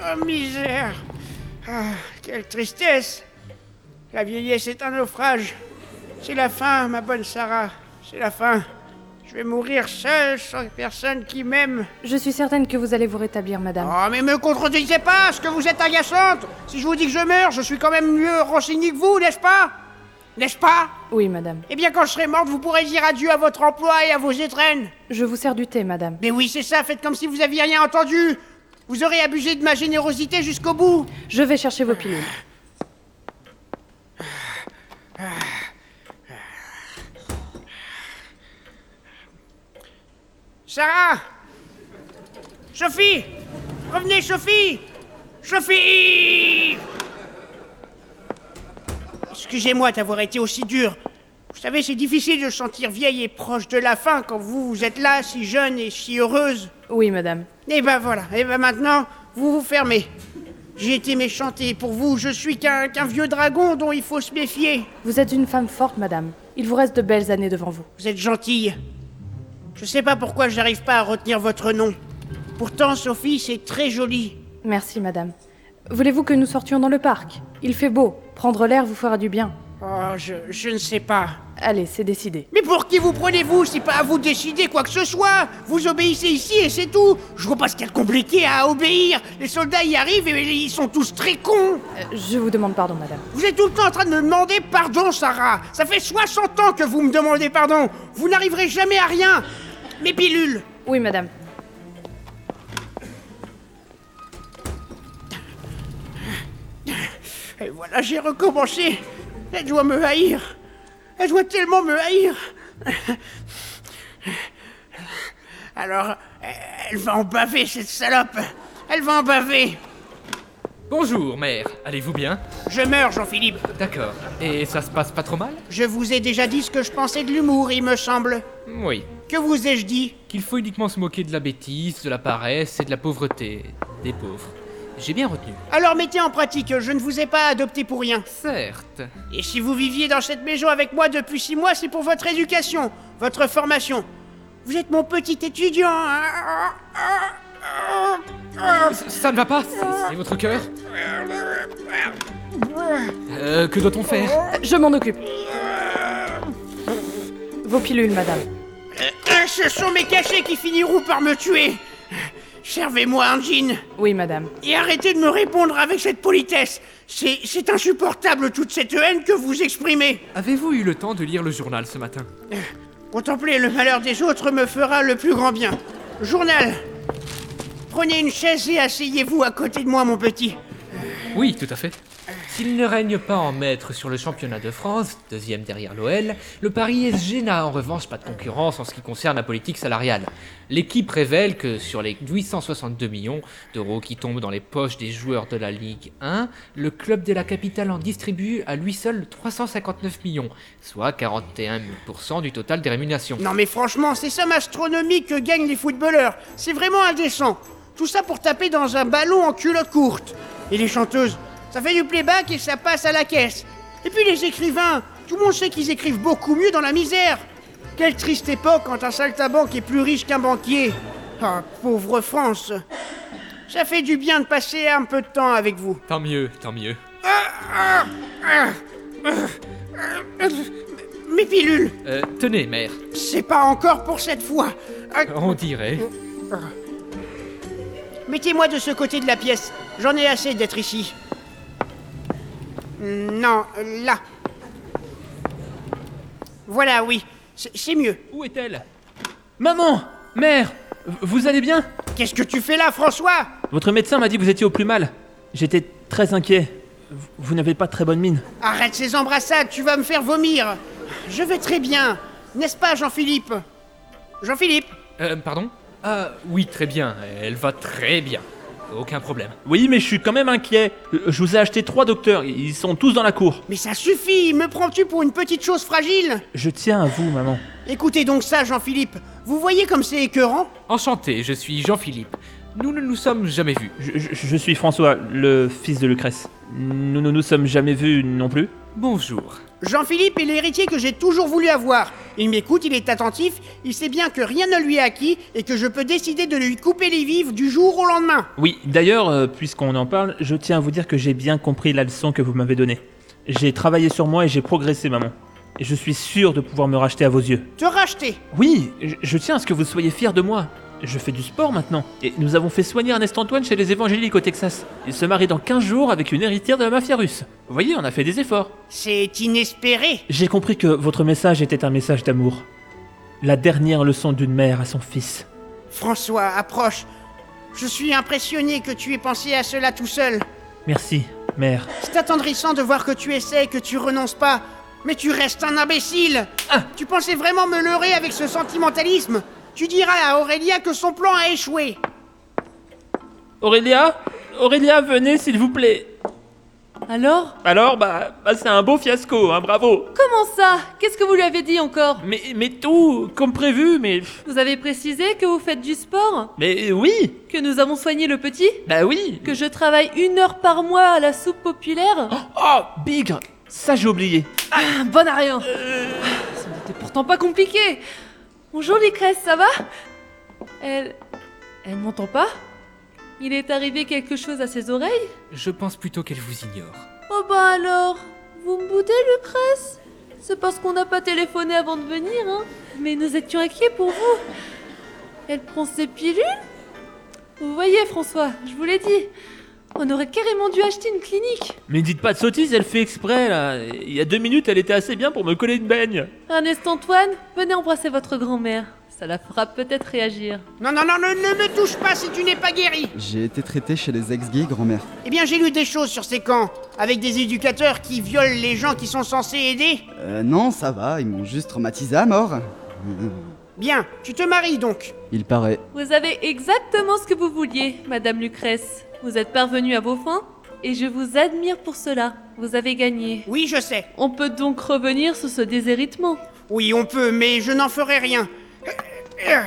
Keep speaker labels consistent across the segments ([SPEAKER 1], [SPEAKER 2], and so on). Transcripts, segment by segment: [SPEAKER 1] Oh misère Ah, Quelle tristesse La vieillesse est un naufrage. C'est la fin, ma bonne Sarah. C'est la fin. Je vais mourir seul, sans personne qui m'aime.
[SPEAKER 2] Je suis certaine que vous allez vous rétablir, madame.
[SPEAKER 1] Oh, mais me contredisez pas, parce que vous êtes agaçante Si je vous dis que je meurs, je suis quand même mieux renseigné que vous, n'est-ce pas N'est-ce pas
[SPEAKER 2] Oui, madame.
[SPEAKER 1] Eh bien, quand je serai morte, vous pourrez dire adieu à votre emploi et à vos étrennes.
[SPEAKER 2] Je vous sers du thé, madame.
[SPEAKER 1] Mais oui, c'est ça, faites comme si vous aviez rien entendu. Vous aurez abusé de ma générosité jusqu'au bout.
[SPEAKER 2] Je vais chercher vos pilules.
[SPEAKER 1] Sarah Sophie Revenez, Sophie Sophie Excusez-moi d'avoir été aussi dur. Vous savez, c'est difficile de se sentir vieille et proche de la fin quand vous, vous êtes là, si jeune et si heureuse.
[SPEAKER 2] Oui, madame.
[SPEAKER 1] Et ben voilà, et ben maintenant, vous vous fermez. J'ai été méchante et pour vous, je suis qu'un qu'un vieux dragon dont il faut se méfier.
[SPEAKER 2] Vous êtes une femme forte, madame. Il vous reste de belles années devant vous.
[SPEAKER 1] Vous êtes gentille. Je sais pas pourquoi je n'arrive pas à retenir votre nom. Pourtant, Sophie, c'est très joli.
[SPEAKER 2] Merci, madame. Voulez-vous que nous sortions dans le parc Il fait beau. Prendre l'air vous fera du bien.
[SPEAKER 1] Oh, je, je ne sais pas.
[SPEAKER 2] Allez, c'est décidé.
[SPEAKER 1] Mais pour qui vous prenez-vous C'est pas à vous de décider quoi que ce soit. Vous obéissez ici et c'est tout. Je vois pas ce qu'il y a de compliqué à obéir. Les soldats y arrivent et ils sont tous très cons.
[SPEAKER 2] Euh, je vous demande pardon, madame.
[SPEAKER 1] Vous êtes tout le temps en train de me demander pardon, Sarah. Ça fait 60 ans que vous me demandez pardon. Vous n'arriverez jamais à rien. Mes pilules.
[SPEAKER 2] Oui, madame.
[SPEAKER 1] Et voilà, j'ai recommencé. Elle doit me haïr. Elle doit tellement me haïr. Alors, elle va en baver, cette salope. Elle va en baver.
[SPEAKER 3] Bonjour, mère. Allez-vous bien
[SPEAKER 1] Je meurs, Jean-Philippe.
[SPEAKER 3] D'accord. Et ça se passe pas trop mal
[SPEAKER 1] Je vous ai déjà dit ce que je pensais de l'humour, il me semble.
[SPEAKER 3] Oui.
[SPEAKER 1] Que vous ai-je dit
[SPEAKER 3] Qu'il faut uniquement se moquer de la bêtise, de la paresse et de la pauvreté. Des pauvres. J'ai bien retenu.
[SPEAKER 1] Alors mettez en pratique, je ne vous ai pas adopté pour rien.
[SPEAKER 3] Certes.
[SPEAKER 1] Et si vous viviez dans cette maison avec moi depuis six mois, c'est pour votre éducation, votre formation. Vous êtes mon petit étudiant. hein.
[SPEAKER 3] Ça, ça ne va pas C'est c'est votre cœur Euh, que doit-on faire
[SPEAKER 2] Euh, Je m'en occupe. Vos pilules, madame.
[SPEAKER 1] Ah, Ce sont mes cachets qui finiront par me tuer. Servez-moi un jean.
[SPEAKER 2] Oui, madame.
[SPEAKER 1] Et arrêtez de me répondre avec cette politesse. C'est c'est insupportable toute cette haine que vous exprimez.
[SPEAKER 3] Avez-vous eu le temps de lire le journal ce matin
[SPEAKER 1] Contempler le malheur des autres me fera le plus grand bien. Journal. Prenez une chaise et asseyez-vous à côté de moi, mon petit.
[SPEAKER 3] Oui, tout à fait. S'il ne règne pas en maître sur le championnat de France, deuxième derrière l'OL, le Paris SG n'a en revanche pas de concurrence en ce qui concerne la politique salariale. L'équipe révèle que sur les 862 millions d'euros qui tombent dans les poches des joueurs de la Ligue 1, le club de la capitale en distribue à lui seul 359 millions, soit 41% du total des rémunérations.
[SPEAKER 1] Non mais franchement, c'est sommes astronomiques que gagnent les footballeurs. C'est vraiment indécent. Tout ça pour taper dans un ballon en culotte courte. Et les chanteuses, ça fait du playback et ça passe à la caisse. Et puis les écrivains, tout le monde sait qu'ils écrivent beaucoup mieux dans la misère. Quelle triste époque quand un saltabanque est plus riche qu'un banquier. Ah, pauvre France. Ça fait du bien de passer un peu de temps avec vous.
[SPEAKER 3] Tant mieux, tant mieux.
[SPEAKER 1] Euh, Mes pilules,
[SPEAKER 3] Euh, tenez, mère,
[SPEAKER 1] c'est pas encore pour cette fois. Ah,
[SPEAKER 3] on dirait.
[SPEAKER 1] Mettez-moi de ce côté de la pièce. J'en ai assez d'être ici. Mm, Non, là. Voilà, oui. C'est c'est mieux.
[SPEAKER 3] Où est-elle Maman Mère Vous allez bien
[SPEAKER 1] Qu'est-ce que tu fais là, François
[SPEAKER 4] Votre médecin m'a dit que vous étiez au plus mal.
[SPEAKER 5] J'étais très inquiet. Vous- Vous n'avez pas très bonne mine.
[SPEAKER 1] Arrête ces embrassades, tu vas me faire vomir. Je vais très bien. N'est-ce pas, Jean-Philippe Jean-Philippe
[SPEAKER 3] Euh, pardon Ah, oui, très bien. Elle va très bien. Aucun problème.
[SPEAKER 4] Oui, mais je suis quand même inquiet. Euh, Je vous ai acheté trois docteurs, ils sont tous dans la cour.
[SPEAKER 1] Mais ça suffit Me prends-tu pour une petite chose fragile
[SPEAKER 5] Je tiens à vous, maman.
[SPEAKER 1] Écoutez donc ça, Jean-Philippe. Vous voyez comme c'est écœurant
[SPEAKER 3] Enchanté, je suis Jean-Philippe. Nous ne nous sommes jamais vus.
[SPEAKER 5] Je, je- je suis François, le fils de Lucrèce. Nous ne nous, sommes jamais vus non plus.
[SPEAKER 3] Bonjour.
[SPEAKER 1] Jean-Philippe est l'héritier que j'ai toujours voulu avoir. Il m'écoute, il est attentif, il sait bien que rien ne lui est acquis et que je peux décider de lui couper les vives du jour au lendemain.
[SPEAKER 5] Oui, d'ailleurs, euh, puisqu'on en parle, je tiens à vous dire que j'ai bien compris la leçon que vous m'avez donnée. J'ai travaillé sur moi et j'ai progressé, maman. Et je suis sûr de pouvoir me racheter à vos yeux.
[SPEAKER 1] Te racheter
[SPEAKER 5] Oui, je, je tiens à ce que vous soyez fiers de moi. Je fais du sport maintenant. Et nous avons fait soigner Ernest Antoine chez les évangéliques au Texas. Il se marie dans 15 jours avec une héritière de la mafia russe. Vous voyez, on a fait des efforts.
[SPEAKER 1] C'est inespéré.
[SPEAKER 5] J'ai compris que votre message était un message d'amour. La dernière leçon d'une mère à son fils.
[SPEAKER 1] François, approche. Je suis impressionné que tu aies pensé à cela tout seul.
[SPEAKER 5] Merci, mère.
[SPEAKER 1] C'est attendrissant de voir que tu essaies, que tu renonces pas. Mais tu restes un imbécile Tu pensais vraiment me leurrer avec ce sentimentalisme Tu diras à Aurélia que son plan a échoué
[SPEAKER 4] Aurélia Aurélia, venez s'il vous plaît.
[SPEAKER 6] Alors
[SPEAKER 4] Alors, bah, bah, c'est un beau fiasco, hein, bravo.
[SPEAKER 6] Comment ça Qu'est-ce que vous lui avez dit encore
[SPEAKER 4] Mais, mais tout, comme prévu, mais.
[SPEAKER 6] Vous avez précisé que vous faites du sport
[SPEAKER 4] Mais oui
[SPEAKER 6] Que nous avons soigné le petit
[SPEAKER 4] Bah oui
[SPEAKER 6] Que je travaille une heure par mois à la soupe populaire
[SPEAKER 4] Oh, Bigre Ça, j'ai oublié.
[SPEAKER 6] Un bon à rien Ça n'était pourtant pas compliqué Bonjour les crèches, ça va Elle... Elle m'entend pas Il est arrivé quelque chose à ses oreilles
[SPEAKER 3] Je pense plutôt qu'elle vous ignore.
[SPEAKER 6] Oh bah alors Vous me boudez le crèche C'est parce qu'on n'a pas téléphoné avant de venir, hein Mais nous étions inquiets pour vous Elle prend ses pilules Vous voyez François, je vous l'ai dit on aurait carrément dû acheter une clinique.
[SPEAKER 4] Mais dites pas de sottises, elle fait exprès, là. Il y a deux minutes, elle était assez bien pour me coller une baigne.
[SPEAKER 6] Ernest Antoine, venez embrasser votre grand-mère. Ça la fera peut-être réagir.
[SPEAKER 1] Non, non, non, ne, ne me touche pas si tu n'es pas guéri
[SPEAKER 7] J'ai été traité chez les ex-gays, grand-mère.
[SPEAKER 1] Eh bien, j'ai lu des choses sur ces camps, avec des éducateurs qui violent les gens qui sont censés aider.
[SPEAKER 7] Euh, non, ça va, ils m'ont juste traumatisé à mort. Euh,
[SPEAKER 1] Bien, tu te maries donc.
[SPEAKER 7] Il paraît.
[SPEAKER 6] Vous avez exactement ce que vous vouliez, Madame Lucrèce. Vous êtes parvenue à vos fins et je vous admire pour cela. Vous avez gagné.
[SPEAKER 1] Oui, je sais.
[SPEAKER 6] On peut donc revenir sur ce déshéritement.
[SPEAKER 1] Oui, on peut, mais je n'en ferai rien. Euh,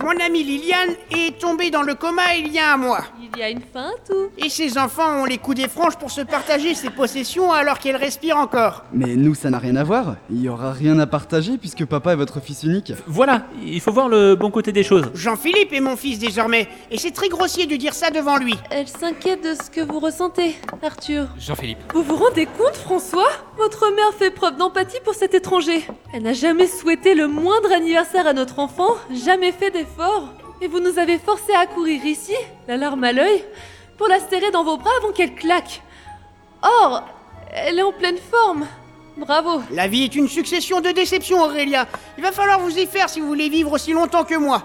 [SPEAKER 1] Mon amie Liliane est tombée dans le coma il y a un mois.
[SPEAKER 6] Il y a une feinte ou
[SPEAKER 1] Et ses enfants ont les coups des franges pour se partager ses possessions alors qu'elle respire encore.
[SPEAKER 7] Mais nous, ça n'a rien à voir. Il y aura rien à partager puisque papa est votre fils unique.
[SPEAKER 4] Voilà, il faut voir le bon côté des choses.
[SPEAKER 1] Jean-Philippe est mon fils désormais, et c'est très grossier de dire ça devant lui.
[SPEAKER 6] Elle s'inquiète de ce que vous ressentez, Arthur.
[SPEAKER 3] Jean-Philippe.
[SPEAKER 6] Vous vous rendez compte, François Votre mère fait preuve d'empathie pour cet étranger. Elle n'a jamais souhaité le moindre anniversaire à notre enfant, jamais fait d'effort. Et vous nous avez forcés à accourir ici, la larme à l'œil, pour la serrer dans vos bras avant qu'elle claque. Or, elle est en pleine forme. Bravo.
[SPEAKER 1] La vie est une succession de déceptions, Aurélia. Il va falloir vous y faire si vous voulez vivre aussi longtemps que moi.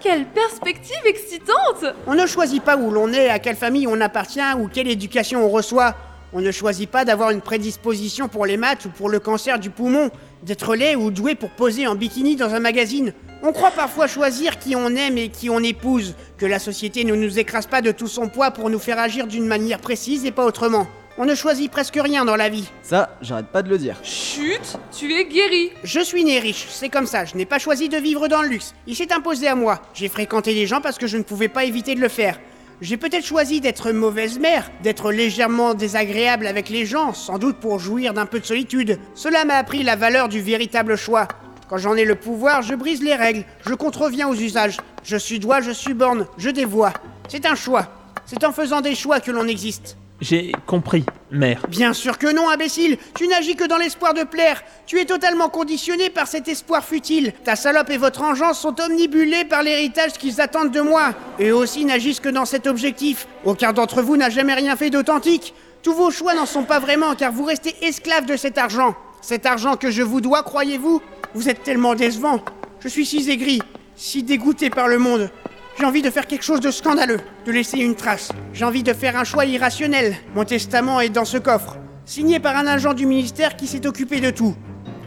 [SPEAKER 6] Quelle perspective excitante
[SPEAKER 1] On ne choisit pas où l'on est, à quelle famille on appartient ou quelle éducation on reçoit. On ne choisit pas d'avoir une prédisposition pour les maths ou pour le cancer du poumon, d'être laid ou doué pour poser en bikini dans un magazine. On croit parfois choisir qui on aime et qui on épouse, que la société ne nous écrase pas de tout son poids pour nous faire agir d'une manière précise et pas autrement. On ne choisit presque rien dans la vie.
[SPEAKER 7] Ça, j'arrête pas de le dire.
[SPEAKER 6] Chut, tu es guéri.
[SPEAKER 1] Je suis né riche, c'est comme ça, je n'ai pas choisi de vivre dans le luxe. Il s'est imposé à moi. J'ai fréquenté des gens parce que je ne pouvais pas éviter de le faire. J'ai peut-être choisi d'être mauvaise mère, d'être légèrement désagréable avec les gens, sans doute pour jouir d'un peu de solitude. Cela m'a appris la valeur du véritable choix. Quand j'en ai le pouvoir, je brise les règles, je contreviens aux usages, je sudois, je suborne, je dévoie. C'est un choix. C'est en faisant des choix que l'on existe.
[SPEAKER 5] J'ai compris, mère.
[SPEAKER 1] Bien sûr que non, imbécile Tu n'agis que dans l'espoir de plaire Tu es totalement conditionné par cet espoir futile Ta salope et votre engeance sont omnibulés par l'héritage qu'ils attendent de moi Eux aussi n'agissent que dans cet objectif Aucun d'entre vous n'a jamais rien fait d'authentique Tous vos choix n'en sont pas vraiment, car vous restez esclave de cet argent Cet argent que je vous dois, croyez-vous Vous êtes tellement décevant Je suis si aigri, si dégoûté par le monde j'ai envie de faire quelque chose de scandaleux, de laisser une trace. J'ai envie de faire un choix irrationnel. Mon testament est dans ce coffre, signé par un agent du ministère qui s'est occupé de tout.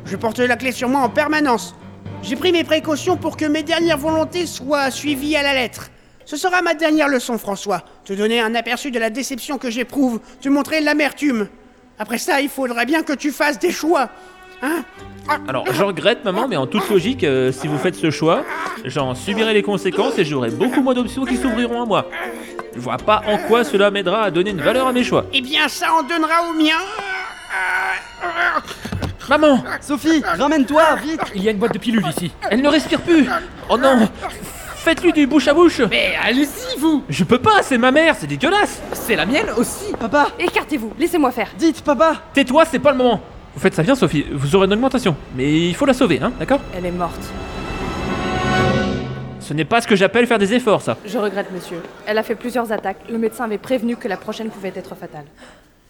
[SPEAKER 1] Je porte la clé sur moi en permanence. J'ai pris mes précautions pour que mes dernières volontés soient suivies à la lettre. Ce sera ma dernière leçon, François. Te donner un aperçu de la déception que j'éprouve, te montrer l'amertume. Après ça, il faudra bien que tu fasses des choix. Hein Ah,
[SPEAKER 4] Alors, je regrette, maman, mais en toute logique, euh, si vous faites ce choix, j'en subirai les conséquences et j'aurai beaucoup moins d'options qui s'ouvriront à moi. Je vois pas en quoi cela m'aidera à donner une valeur à mes choix.
[SPEAKER 1] Eh bien, ça en donnera au mien.
[SPEAKER 5] Maman
[SPEAKER 7] Sophie, ramène-toi, vite
[SPEAKER 3] Il y a une boîte de pilules ici.
[SPEAKER 5] Elle ne respire plus Oh non Faites-lui du bouche à bouche
[SPEAKER 3] Mais allez-y, vous
[SPEAKER 5] Je peux pas, c'est ma mère, c'est dégueulasse
[SPEAKER 3] C'est la mienne aussi
[SPEAKER 7] Papa
[SPEAKER 2] Écartez-vous, laissez-moi faire.
[SPEAKER 7] Dites, papa
[SPEAKER 5] Tais-toi, c'est pas le moment Vous faites ça bien, Sophie, vous aurez une augmentation. Mais il faut la sauver, hein, d'accord
[SPEAKER 2] Elle est morte.
[SPEAKER 5] Ce n'est pas ce que j'appelle faire des efforts, ça.
[SPEAKER 2] Je regrette, monsieur. Elle a fait plusieurs attaques. Le médecin avait prévenu que la prochaine pouvait être fatale.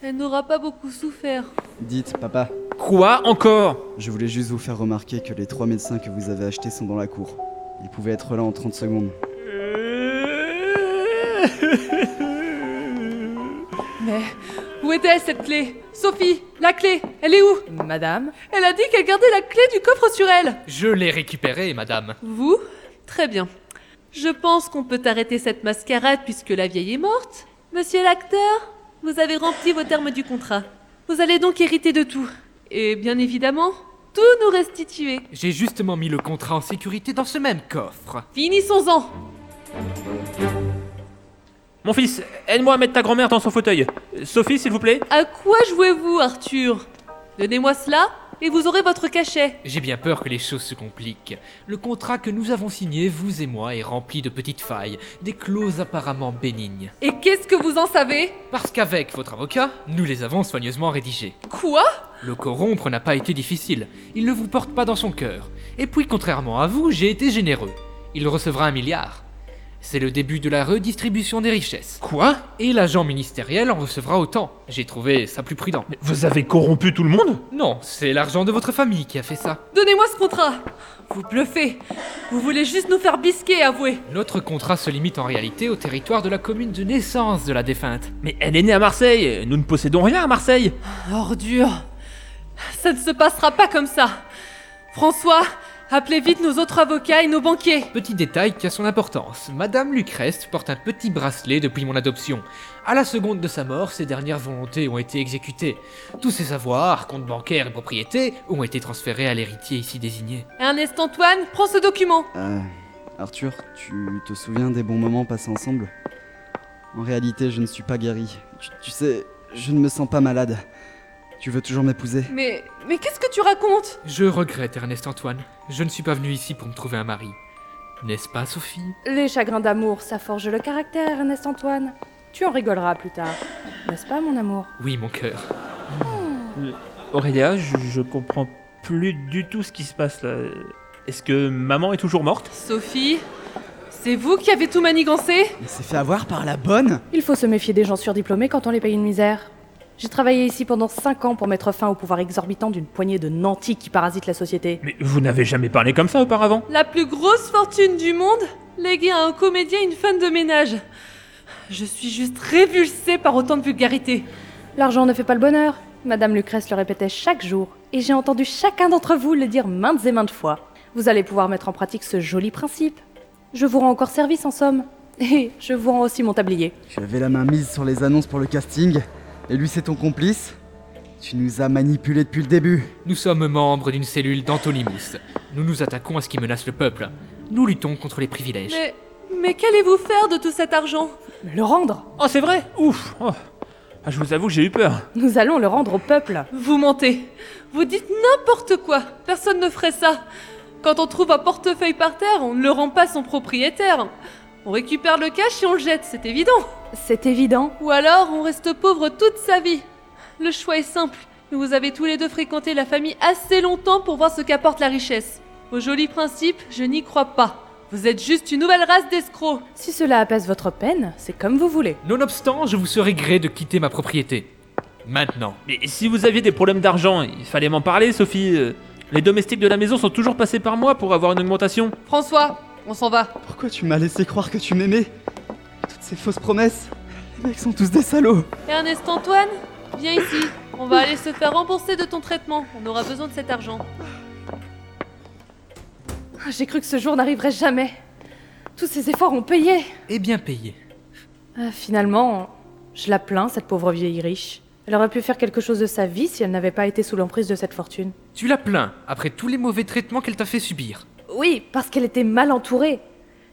[SPEAKER 6] Elle n'aura pas beaucoup souffert.
[SPEAKER 7] Dites, papa.
[SPEAKER 5] Quoi encore
[SPEAKER 7] Je voulais juste vous faire remarquer que les trois médecins que vous avez achetés sont dans la cour. Ils pouvaient être là en 30 secondes.
[SPEAKER 6] Mais où était-elle cette clé Sophie, la clé, elle est où
[SPEAKER 2] Madame
[SPEAKER 6] Elle a dit qu'elle gardait la clé du coffre sur elle.
[SPEAKER 3] Je l'ai récupérée, madame.
[SPEAKER 6] Vous Très bien. Je pense qu'on peut arrêter cette mascarade puisque la vieille est morte. Monsieur l'acteur, vous avez rempli vos termes du contrat. Vous allez donc hériter de tout. Et bien évidemment, tout nous restituer.
[SPEAKER 3] J'ai justement mis le contrat en sécurité dans ce même coffre.
[SPEAKER 6] Finissons-en
[SPEAKER 5] Mon fils, aide-moi à mettre ta grand-mère dans son fauteuil. Sophie, s'il vous plaît
[SPEAKER 6] À quoi jouez-vous, Arthur Donnez-moi cela et vous aurez votre cachet.
[SPEAKER 3] J'ai bien peur que les choses se compliquent. Le contrat que nous avons signé, vous et moi, est rempli de petites failles, des clauses apparemment bénignes.
[SPEAKER 6] Et qu'est-ce que vous en savez
[SPEAKER 3] Parce qu'avec votre avocat, nous les avons soigneusement rédigées.
[SPEAKER 6] Quoi
[SPEAKER 3] Le corrompre n'a pas été difficile, il ne vous porte pas dans son cœur. Et puis, contrairement à vous, j'ai été généreux. Il recevra un milliard. C'est le début de la redistribution des richesses.
[SPEAKER 5] Quoi
[SPEAKER 3] Et l'agent ministériel en recevra autant. J'ai trouvé ça plus prudent.
[SPEAKER 5] Mais vous avez corrompu tout le monde
[SPEAKER 3] Non, c'est l'argent de votre famille qui a fait ça.
[SPEAKER 6] Donnez-moi ce contrat Vous bluffez Vous voulez juste nous faire bisquer, avouez
[SPEAKER 3] Notre contrat se limite en réalité au territoire de la commune de naissance de la défunte.
[SPEAKER 5] Mais elle est née à Marseille, nous ne possédons rien à Marseille
[SPEAKER 6] Ordure Ça ne se passera pas comme ça François, appelez vite nos autres avocats et nos banquiers
[SPEAKER 3] Petit détail qui a son importance. Madame Lucreste porte un petit bracelet depuis mon adoption. À la seconde de sa mort, ses dernières volontés ont été exécutées. Tous ses savoirs, comptes bancaires et propriétés ont été transférés à l'héritier ici désigné.
[SPEAKER 6] Ernest Antoine, prends ce document
[SPEAKER 7] Euh, Arthur, tu te souviens des bons moments passés ensemble En réalité, je ne suis pas guéri. Tu, tu sais, je ne me sens pas malade. Tu veux toujours m'épouser
[SPEAKER 6] Mais. Mais qu'est-ce que tu racontes
[SPEAKER 3] Je regrette, Ernest Antoine. Je ne suis pas venu ici pour me trouver un mari. N'est-ce pas, Sophie
[SPEAKER 2] Les chagrins d'amour, ça forge le caractère, Ernest Antoine. Tu en rigoleras plus tard. N'est-ce pas, mon amour
[SPEAKER 3] Oui, mon cœur.
[SPEAKER 5] Aurélia, je, je comprends plus du tout ce qui se passe là. Est-ce que maman est toujours morte
[SPEAKER 6] Sophie, c'est vous qui avez tout manigancé
[SPEAKER 7] Il s'est fait avoir par la bonne
[SPEAKER 2] Il faut se méfier des gens surdiplômés quand on les paye une misère. J'ai travaillé ici pendant 5 ans pour mettre fin au pouvoir exorbitant d'une poignée de nantis qui parasitent la société.
[SPEAKER 5] Mais vous n'avez jamais parlé comme ça auparavant
[SPEAKER 6] La plus grosse fortune du monde léguée à un comédien et une femme de ménage Je suis juste révulsée par autant de vulgarité
[SPEAKER 2] L'argent ne fait pas le bonheur. Madame Lucrèce le répétait chaque jour, et j'ai entendu chacun d'entre vous le dire maintes et maintes fois. Vous allez pouvoir mettre en pratique ce joli principe. Je vous rends encore service en somme, et je vous rends aussi mon tablier.
[SPEAKER 7] J'avais la main mise sur les annonces pour le casting, et lui c'est ton complice Tu nous as manipulés depuis le début
[SPEAKER 3] Nous sommes membres d'une cellule d'Antonimus. Nous nous attaquons à ce qui menace le peuple. Nous luttons contre les privilèges.
[SPEAKER 6] Mais. Mais qu'allez-vous faire de tout cet argent
[SPEAKER 2] Me Le rendre
[SPEAKER 5] Oh, c'est vrai Ouf oh. Ah, Je vous avoue que j'ai eu peur.
[SPEAKER 2] Nous allons le rendre au peuple
[SPEAKER 6] Vous mentez. Vous dites n'importe quoi. Personne ne ferait ça. Quand on trouve un portefeuille par terre, on ne le rend pas son propriétaire. On récupère le cash et on le jette, c'est évident.
[SPEAKER 2] C'est évident.
[SPEAKER 6] Ou alors, on reste pauvre toute sa vie. Le choix est simple. mais Vous avez tous les deux fréquenté la famille assez longtemps pour voir ce qu'apporte la richesse. Au joli principe, je n'y crois pas. Vous êtes juste une nouvelle race d'escrocs.
[SPEAKER 2] Si cela apaise votre peine, c'est comme vous voulez.
[SPEAKER 3] Nonobstant, je vous serai gré de quitter ma propriété. Maintenant.
[SPEAKER 5] Mais si vous aviez des problèmes d'argent, il fallait m'en parler, Sophie. Euh, Les domestiques de la maison sont toujours passés par moi pour avoir une augmentation.
[SPEAKER 6] François, on s'en va.
[SPEAKER 7] Pourquoi tu m'as laissé croire que tu m'aimais Toutes ces fausses promesses Les mecs sont tous des salauds
[SPEAKER 6] Ernest Antoine, viens ici. On va aller se faire rembourser de ton traitement. On aura besoin de cet argent.
[SPEAKER 2] Ah, J'ai cru que ce jour n'arriverait jamais. Tous ces efforts ont payé.
[SPEAKER 3] Et Eh bien payé.
[SPEAKER 2] Ah, finalement, je la plains, cette pauvre vieille riche. Elle aurait pu faire quelque chose de sa vie si elle n'avait pas été sous l'emprise de cette fortune.
[SPEAKER 3] Tu la plains après tous les mauvais traitements qu'elle t'a fait subir.
[SPEAKER 2] Oui, parce qu'elle était mal entourée.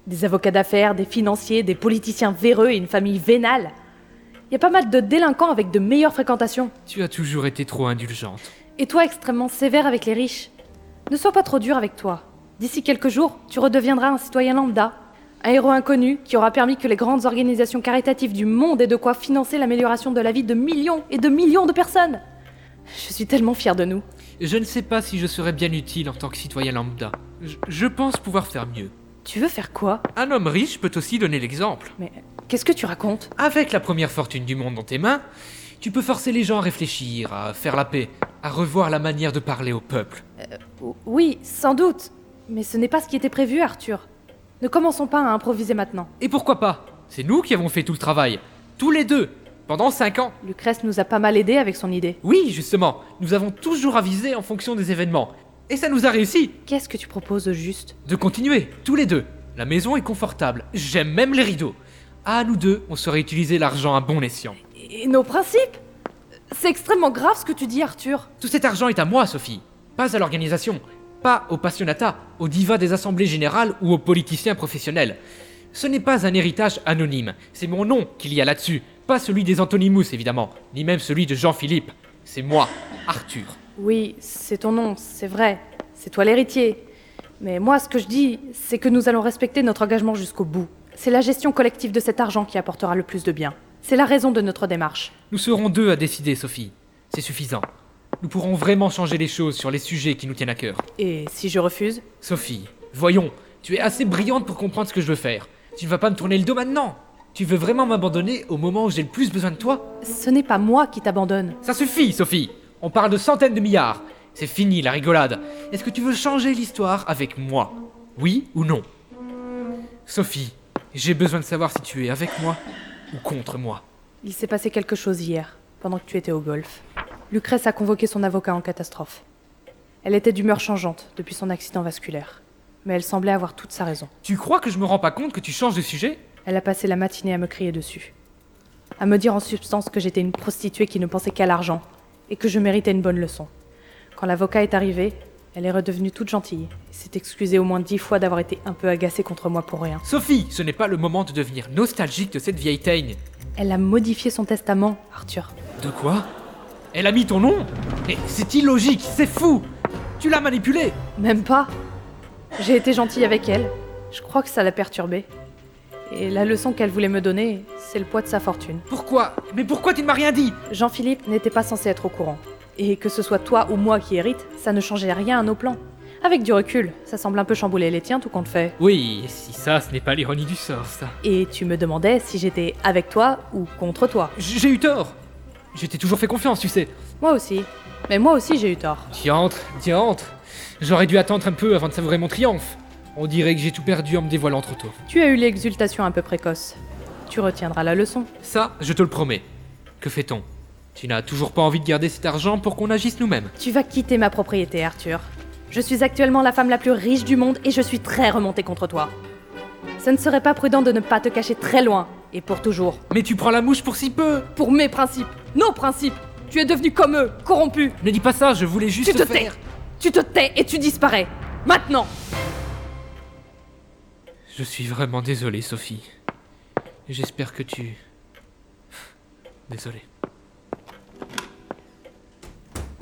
[SPEAKER 2] Des avocats d'affaires, des financiers, des politiciens véreux et une famille vénale. Il y a pas mal de délinquants avec de meilleures fréquentations.
[SPEAKER 3] Tu as toujours été trop indulgente.
[SPEAKER 2] Et toi extrêmement sévère avec les riches. Ne sois pas trop dur avec toi. D'ici quelques jours, tu redeviendras un citoyen lambda, un héros inconnu qui aura permis que les grandes organisations caritatives du monde aient de quoi financer l'amélioration de la vie de millions et de millions de personnes. Je suis tellement fière de nous.
[SPEAKER 3] Je ne sais pas si je serais bien utile en tant que citoyen lambda. Je, je pense pouvoir faire mieux.
[SPEAKER 2] Tu veux faire quoi
[SPEAKER 3] Un homme riche peut aussi donner l'exemple.
[SPEAKER 2] Mais qu'est-ce que tu racontes
[SPEAKER 3] Avec la première fortune du monde dans tes mains, tu peux forcer les gens à réfléchir, à faire la paix, à revoir la manière de parler au peuple.
[SPEAKER 2] O- Oui, sans doute. Mais ce n'est pas ce qui était prévu, Arthur. Ne commençons pas à improviser maintenant.
[SPEAKER 3] Et pourquoi pas C'est nous qui avons fait tout le travail. Tous les deux. Pendant 5 ans.
[SPEAKER 2] Lucrèce nous a pas mal aidé avec son idée.
[SPEAKER 3] Oui, justement. Nous avons toujours avisé en fonction des événements. Et ça nous a réussi.
[SPEAKER 2] Qu'est-ce que tu proposes au juste
[SPEAKER 3] De continuer, tous les deux. La maison est confortable. J'aime même les rideaux. À nous deux, on saurait utiliser l'argent à bon escient.
[SPEAKER 2] Et nos principes C'est extrêmement grave ce que tu dis, Arthur.
[SPEAKER 3] Tout cet argent est à moi, Sophie. Pas à l'organisation. Pas aux passionnata, aux divas des assemblées générales ou aux politiciens professionnels. Ce n'est pas un héritage anonyme. C'est mon nom qu'il y a là-dessus. Pas celui des Antonymous, évidemment. Ni même celui de Jean-Philippe. C'est moi, Arthur.
[SPEAKER 2] Oui, c'est ton nom, c'est vrai. C'est toi l'héritier. Mais moi, ce que je dis, c'est que nous allons respecter notre engagement jusqu'au bout. C'est la gestion collective de cet argent qui apportera le plus de bien. C'est la raison de notre démarche.
[SPEAKER 3] Nous serons deux à décider, Sophie. C'est suffisant. Nous pourrons vraiment changer les choses sur les sujets qui nous tiennent à cœur.
[SPEAKER 2] Et si je refuse
[SPEAKER 3] Sophie, voyons, tu es assez brillante pour comprendre ce que je veux faire. Tu ne vas pas me tourner le dos maintenant. Tu veux vraiment m'abandonner au moment où j'ai le plus besoin de toi
[SPEAKER 2] Ce n'est pas moi qui t'abandonne.
[SPEAKER 3] Ça suffit, Sophie. On parle de centaines de milliards. C'est fini la rigolade. Est-ce que tu veux changer l'histoire avec moi Oui ou non Sophie, j'ai besoin de savoir si tu es avec moi ou contre moi.
[SPEAKER 2] Il s'est passé quelque chose hier, pendant que tu étais au golf. Lucrèce a convoqué son avocat en catastrophe. Elle était d'humeur changeante depuis son accident vasculaire. Mais elle semblait avoir toute sa raison.
[SPEAKER 3] Tu crois que je me rends pas compte que tu changes de sujet
[SPEAKER 2] Elle a passé la matinée à me crier dessus. À me dire en substance que j'étais une prostituée qui ne pensait qu'à l'argent et que je méritais une bonne leçon. Quand l'avocat est arrivé, elle est redevenue toute gentille et s'est excusée au moins dix fois d'avoir été un peu agacée contre moi pour rien.
[SPEAKER 3] Sophie, ce n'est pas le moment de devenir nostalgique de cette vieille teigne.
[SPEAKER 2] Elle a modifié son testament, Arthur.
[SPEAKER 3] De quoi Elle a mis ton nom Mais c'est illogique, c'est fou Tu l'as manipulée
[SPEAKER 2] Même pas. J'ai été gentille avec elle. Je crois que ça l'a perturbée. Et la leçon qu'elle voulait me donner, c'est le poids de sa fortune.
[SPEAKER 3] Pourquoi Mais pourquoi tu ne m'as rien dit
[SPEAKER 2] Jean-Philippe n'était pas censé être au courant. Et que ce soit toi ou moi qui hérite, ça ne changeait rien à nos plans. Avec du recul, ça semble un peu chambouler les tiens tout compte fait.
[SPEAKER 3] Oui, si ça, ce n'est pas l'ironie du sort, ça.
[SPEAKER 2] Et tu me demandais si j'étais avec toi ou contre toi.
[SPEAKER 3] J'ai eu tort Je t'ai toujours fait confiance, tu sais.
[SPEAKER 2] Moi aussi. Mais moi aussi j'ai eu tort.
[SPEAKER 3] Diantre, diantre J'aurais dû attendre un peu avant de savourer mon triomphe. On dirait que j'ai tout perdu en me dévoilant trop tôt.
[SPEAKER 2] Tu as eu l'exultation un peu précoce. Tu retiendras la leçon.
[SPEAKER 3] Ça, je te le promets. Que fait-on Tu n'as toujours pas envie de garder cet argent pour qu'on agisse nous-mêmes.
[SPEAKER 2] Tu vas quitter ma propriété, Arthur. Je suis actuellement la femme la plus riche du monde et je suis très remontée contre toi. Ce ne serait pas prudent de ne pas te cacher très loin, et pour toujours.
[SPEAKER 3] Mais tu prends la mouche pour si peu
[SPEAKER 2] Pour mes principes, nos principes, tu es devenu comme eux, corrompu.
[SPEAKER 3] Ne dis pas ça, je voulais juste
[SPEAKER 2] Tu te tais
[SPEAKER 3] faire...
[SPEAKER 2] Tu te tais et tu disparais Maintenant
[SPEAKER 3] Je suis vraiment désolé, Sophie. J'espère que tu. Désolé.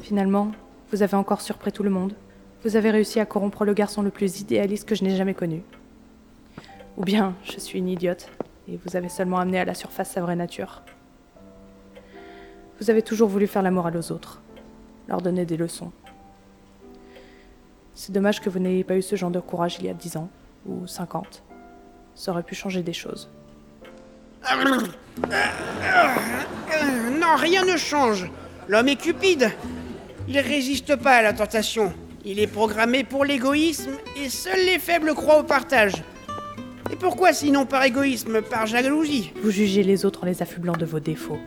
[SPEAKER 2] Finalement, vous avez encore surpris tout le monde. Vous avez réussi à corrompre le garçon le plus idéaliste que je n'ai jamais connu. Ou bien, je suis une idiote, et vous avez seulement amené à la surface sa vraie nature. Vous avez toujours voulu faire la morale aux autres, leur donner des leçons. C'est dommage que vous n'ayez pas eu ce genre de courage il y a 10 ans, ou 50. Ça aurait pu changer des choses.
[SPEAKER 1] Euh, non, rien ne change. L'homme est cupide. Il résiste pas à la tentation. Il est programmé pour l'égoïsme et seuls les faibles croient au partage. Et pourquoi sinon par égoïsme, par jalousie
[SPEAKER 2] Vous jugez les autres en les affublant de vos défauts.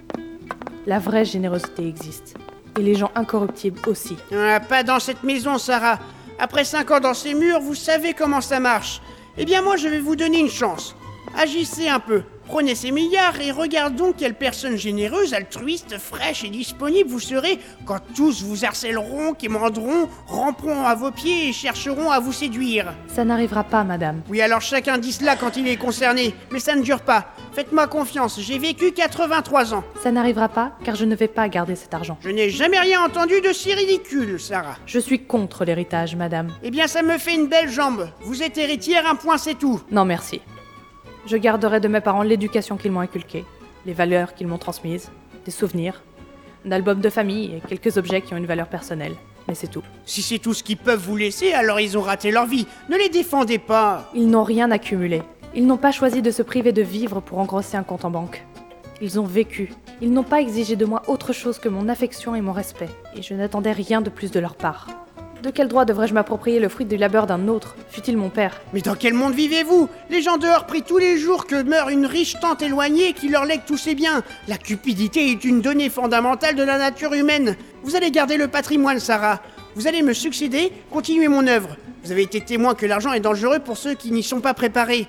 [SPEAKER 2] La vraie générosité existe, et les gens incorruptibles aussi.
[SPEAKER 1] Ah, Pas dans cette maison, Sarah. Après cinq ans dans ces murs, vous savez comment ça marche. Eh bien moi, je vais vous donner une chance. Agissez un peu. Prenez ces milliards et regardons quelle personne généreuse, altruiste, fraîche et disponible vous serez quand tous vous harcèleront, quémanderont, ramperont à vos pieds et chercheront à vous séduire.
[SPEAKER 2] Ça n'arrivera pas, madame.
[SPEAKER 1] Oui, alors chacun dit cela quand il est concerné, mais ça ne dure pas. Faites-moi confiance, j'ai vécu 83 ans.
[SPEAKER 2] Ça n'arrivera pas, car je ne vais pas garder cet argent.
[SPEAKER 1] Je n'ai jamais rien entendu de si ridicule, Sarah.
[SPEAKER 2] Je suis contre l'héritage, madame.
[SPEAKER 1] Eh bien, ça me fait une belle jambe. Vous êtes héritière, un point c'est tout.
[SPEAKER 2] Non, merci. Je garderai de mes parents l'éducation qu'ils m'ont inculquée, les valeurs qu'ils m'ont transmises, des souvenirs, un album de famille et quelques objets qui ont une valeur personnelle. Mais c'est tout.
[SPEAKER 1] Si c'est tout ce qu'ils peuvent vous laisser, alors ils ont raté leur vie. Ne les défendez pas.
[SPEAKER 2] Ils n'ont rien accumulé. Ils n'ont pas choisi de se priver de vivre pour engrosser un compte en banque. Ils ont vécu. Ils n'ont pas exigé de moi autre chose que mon affection et mon respect. Et je n'attendais rien de plus de leur part. De quel droit devrais-je m'approprier le fruit du labeur d'un autre, fut-il mon père
[SPEAKER 1] Mais dans quel monde vivez-vous Les gens dehors prient tous les jours que meurt une riche tante éloignée qui leur lègue tous ses biens. La cupidité est une donnée fondamentale de la nature humaine. Vous allez garder le patrimoine, Sarah. Vous allez me succéder, continuez mon œuvre. Vous avez été témoin que l'argent est dangereux pour ceux qui n'y sont pas préparés.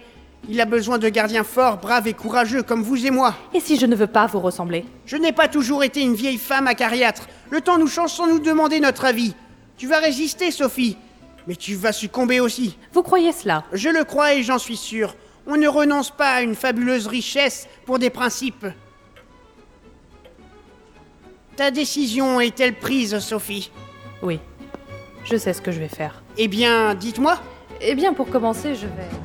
[SPEAKER 1] Il a besoin de gardiens forts, braves et courageux comme vous et moi.
[SPEAKER 2] Et si je ne veux pas vous ressembler
[SPEAKER 1] Je n'ai pas toujours été une vieille femme acariâtre. Le temps nous change sans nous demander notre avis. Tu vas résister, Sophie. Mais tu vas succomber aussi.
[SPEAKER 2] Vous croyez cela
[SPEAKER 1] Je le crois et j'en suis sûr. On ne renonce pas à une fabuleuse richesse pour des principes. Ta décision est-elle prise, Sophie
[SPEAKER 2] Oui. Je sais ce que je vais faire.
[SPEAKER 1] Eh bien, dites-moi.
[SPEAKER 2] Eh bien, pour commencer, je vais...